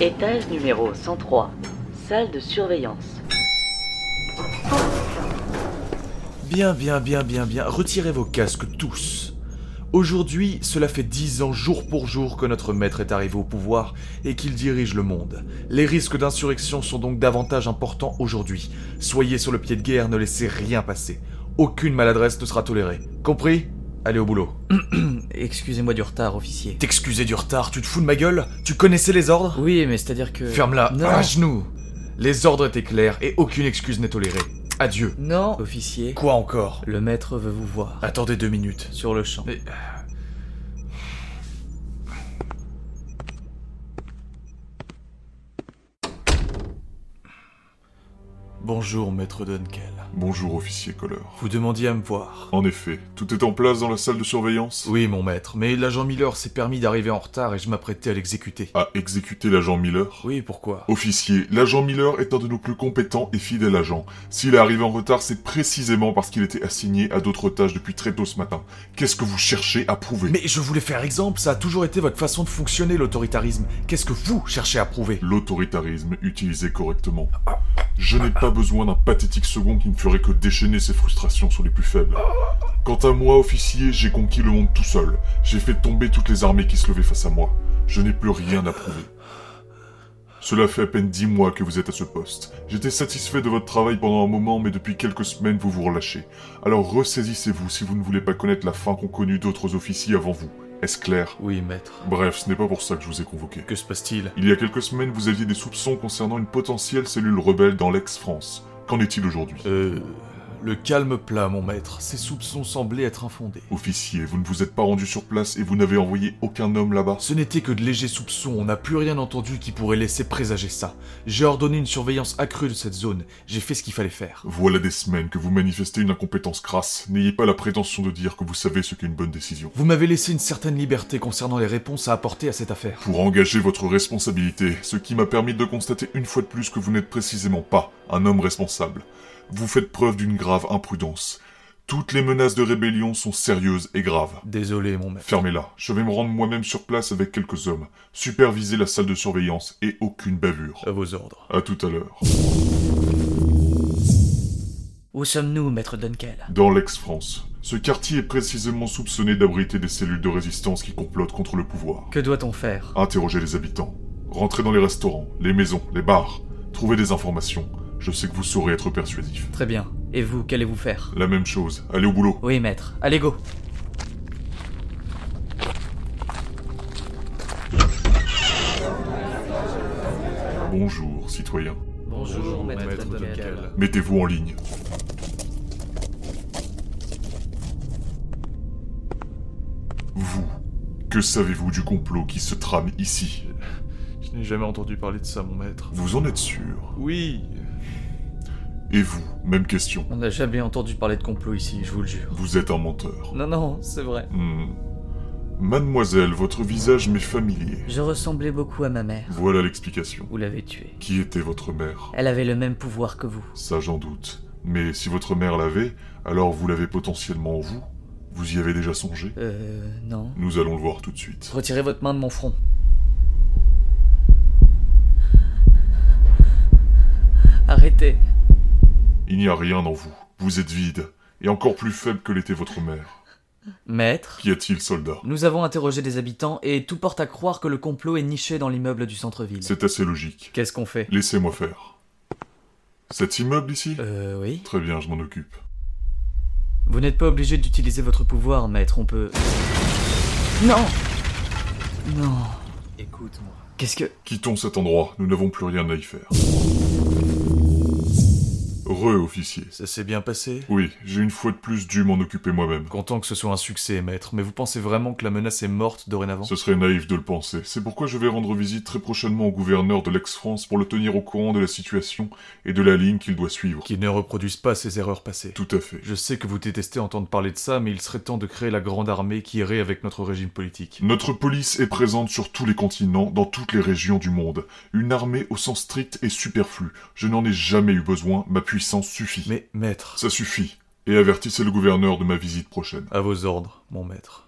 Étage numéro 103, salle de surveillance. Bien, bien, bien, bien, bien. Retirez vos casques tous. Aujourd'hui, cela fait dix ans jour pour jour que notre maître est arrivé au pouvoir et qu'il dirige le monde. Les risques d'insurrection sont donc davantage importants aujourd'hui. Soyez sur le pied de guerre, ne laissez rien passer. Aucune maladresse ne sera tolérée. Compris Allez au boulot. Excusez-moi du retard, officier. T'excuser du retard, tu te fous de ma gueule Tu connaissais les ordres Oui, mais c'est-à-dire que... Ferme-la, Non. à genoux Les ordres étaient clairs et aucune excuse n'est tolérée. Adieu. Non, officier. Quoi encore Le maître veut vous voir. Attendez deux minutes. Sur le champ. Mais- Bonjour, maître Dunkel. Bonjour, officier Colleur. Vous demandiez à me voir. En effet, tout est en place dans la salle de surveillance Oui, mon maître, mais l'agent Miller s'est permis d'arriver en retard et je m'apprêtais à l'exécuter. À exécuter l'agent Miller Oui, pourquoi Officier, l'agent Miller est un de nos plus compétents et fidèles agents. S'il est arrivé en retard, c'est précisément parce qu'il était assigné à d'autres tâches depuis très tôt ce matin. Qu'est-ce que vous cherchez à prouver Mais je voulais faire exemple, ça a toujours été votre façon de fonctionner, l'autoritarisme. Qu'est-ce que vous cherchez à prouver L'autoritarisme utilisé correctement. Je n'ai pas besoin d'un pathétique second qui ne ferait que déchaîner ses frustrations sur les plus faibles. Quant à moi, officier, j'ai conquis le monde tout seul. J'ai fait tomber toutes les armées qui se levaient face à moi. Je n'ai plus rien à prouver. Cela fait à peine dix mois que vous êtes à ce poste. J'étais satisfait de votre travail pendant un moment, mais depuis quelques semaines, vous vous relâchez. Alors ressaisissez-vous si vous ne voulez pas connaître la fin qu'ont connue d'autres officiers avant vous. Est-ce clair Oui, maître. Bref, ce n'est pas pour ça que je vous ai convoqué. Que se passe-t-il Il y a quelques semaines, vous aviez des soupçons concernant une potentielle cellule rebelle dans l'ex-France. Qu'en est-il aujourd'hui Euh. Le calme plat, mon maître. Ces soupçons semblaient être infondés. Officier, vous ne vous êtes pas rendu sur place et vous n'avez envoyé aucun homme là-bas Ce n'était que de légers soupçons, on n'a plus rien entendu qui pourrait laisser présager ça. J'ai ordonné une surveillance accrue de cette zone, j'ai fait ce qu'il fallait faire. Voilà des semaines que vous manifestez une incompétence crasse. N'ayez pas la prétention de dire que vous savez ce qu'est une bonne décision. Vous m'avez laissé une certaine liberté concernant les réponses à apporter à cette affaire. Pour engager votre responsabilité, ce qui m'a permis de constater une fois de plus que vous n'êtes précisément pas un homme responsable. Vous faites preuve d'une grave imprudence. Toutes les menaces de rébellion sont sérieuses et graves. Désolé, mon maître. Fermez-la. Je vais me rendre moi-même sur place avec quelques hommes, superviser la salle de surveillance et aucune bavure. À vos ordres. À tout à l'heure. Où sommes-nous, maître Dunkel Dans l'ex-France, ce quartier est précisément soupçonné d'abriter des cellules de résistance qui complotent contre le pouvoir. Que doit-on faire Interrogez les habitants. Rentrez dans les restaurants, les maisons, les bars. Trouvez des informations. Je sais que vous saurez être persuasif. Très bien. Et vous, qu'allez-vous faire La même chose. Allez au boulot. Oui, maître. Allez, go Bonjour, citoyens. Bonjour, maître, Dunkel. Mettez-vous en ligne. Vous, que savez-vous du complot qui se trame ici Je n'ai jamais entendu parler de ça, mon maître. Vous en êtes sûr Oui. Et vous, même question. On n'a jamais entendu parler de complot ici, je vous le jure. Vous êtes un menteur. Non, non, c'est vrai. Hmm. Mademoiselle, votre visage m'est familier. Je ressemblais beaucoup à ma mère. Voilà l'explication. Vous l'avez tuée. Qui était votre mère Elle avait le même pouvoir que vous. Ça j'en doute. Mais si votre mère l'avait, alors vous l'avez potentiellement en vous Vous y avez déjà songé Euh, non. Nous allons le voir tout de suite. Retirez votre main de mon front. Arrêtez. Il n'y a rien en vous. Vous êtes vide, et encore plus faible que l'était votre mère. Maître, Qu'y a-t-il, soldat nous avons interrogé des habitants et tout porte à croire que le complot est niché dans l'immeuble du centre-ville. C'est assez logique. Qu'est-ce qu'on fait Laissez-moi faire. Cet immeuble ici Euh, oui. Très bien, je m'en occupe. Vous n'êtes pas obligé d'utiliser votre pouvoir, maître, on peut. Non Non. Écoute-moi. Qu'est-ce que. Quittons cet endroit, nous n'avons plus rien à y faire. Re, officier. Ça s'est bien passé Oui, j'ai une fois de plus dû m'en occuper moi-même. Content que ce soit un succès, maître, mais vous pensez vraiment que la menace est morte dorénavant Ce serait naïf de le penser. C'est pourquoi je vais rendre visite très prochainement au gouverneur de l'ex-France pour le tenir au courant de la situation et de la ligne qu'il doit suivre. Qu'ils ne reproduisent pas ces erreurs passées. Tout à fait. Je sais que vous détestez entendre parler de ça, mais il serait temps de créer la grande armée qui irait avec notre régime politique. Notre police est présente sur tous les continents, dans toutes les régions du monde. Une armée au sens strict est superflue. Je n'en ai jamais eu besoin, ma puissance suffit. Mais, maître, Ça suffit. Et avertissez le gouverneur de ma visite prochaine. à vos ordres, mon maître.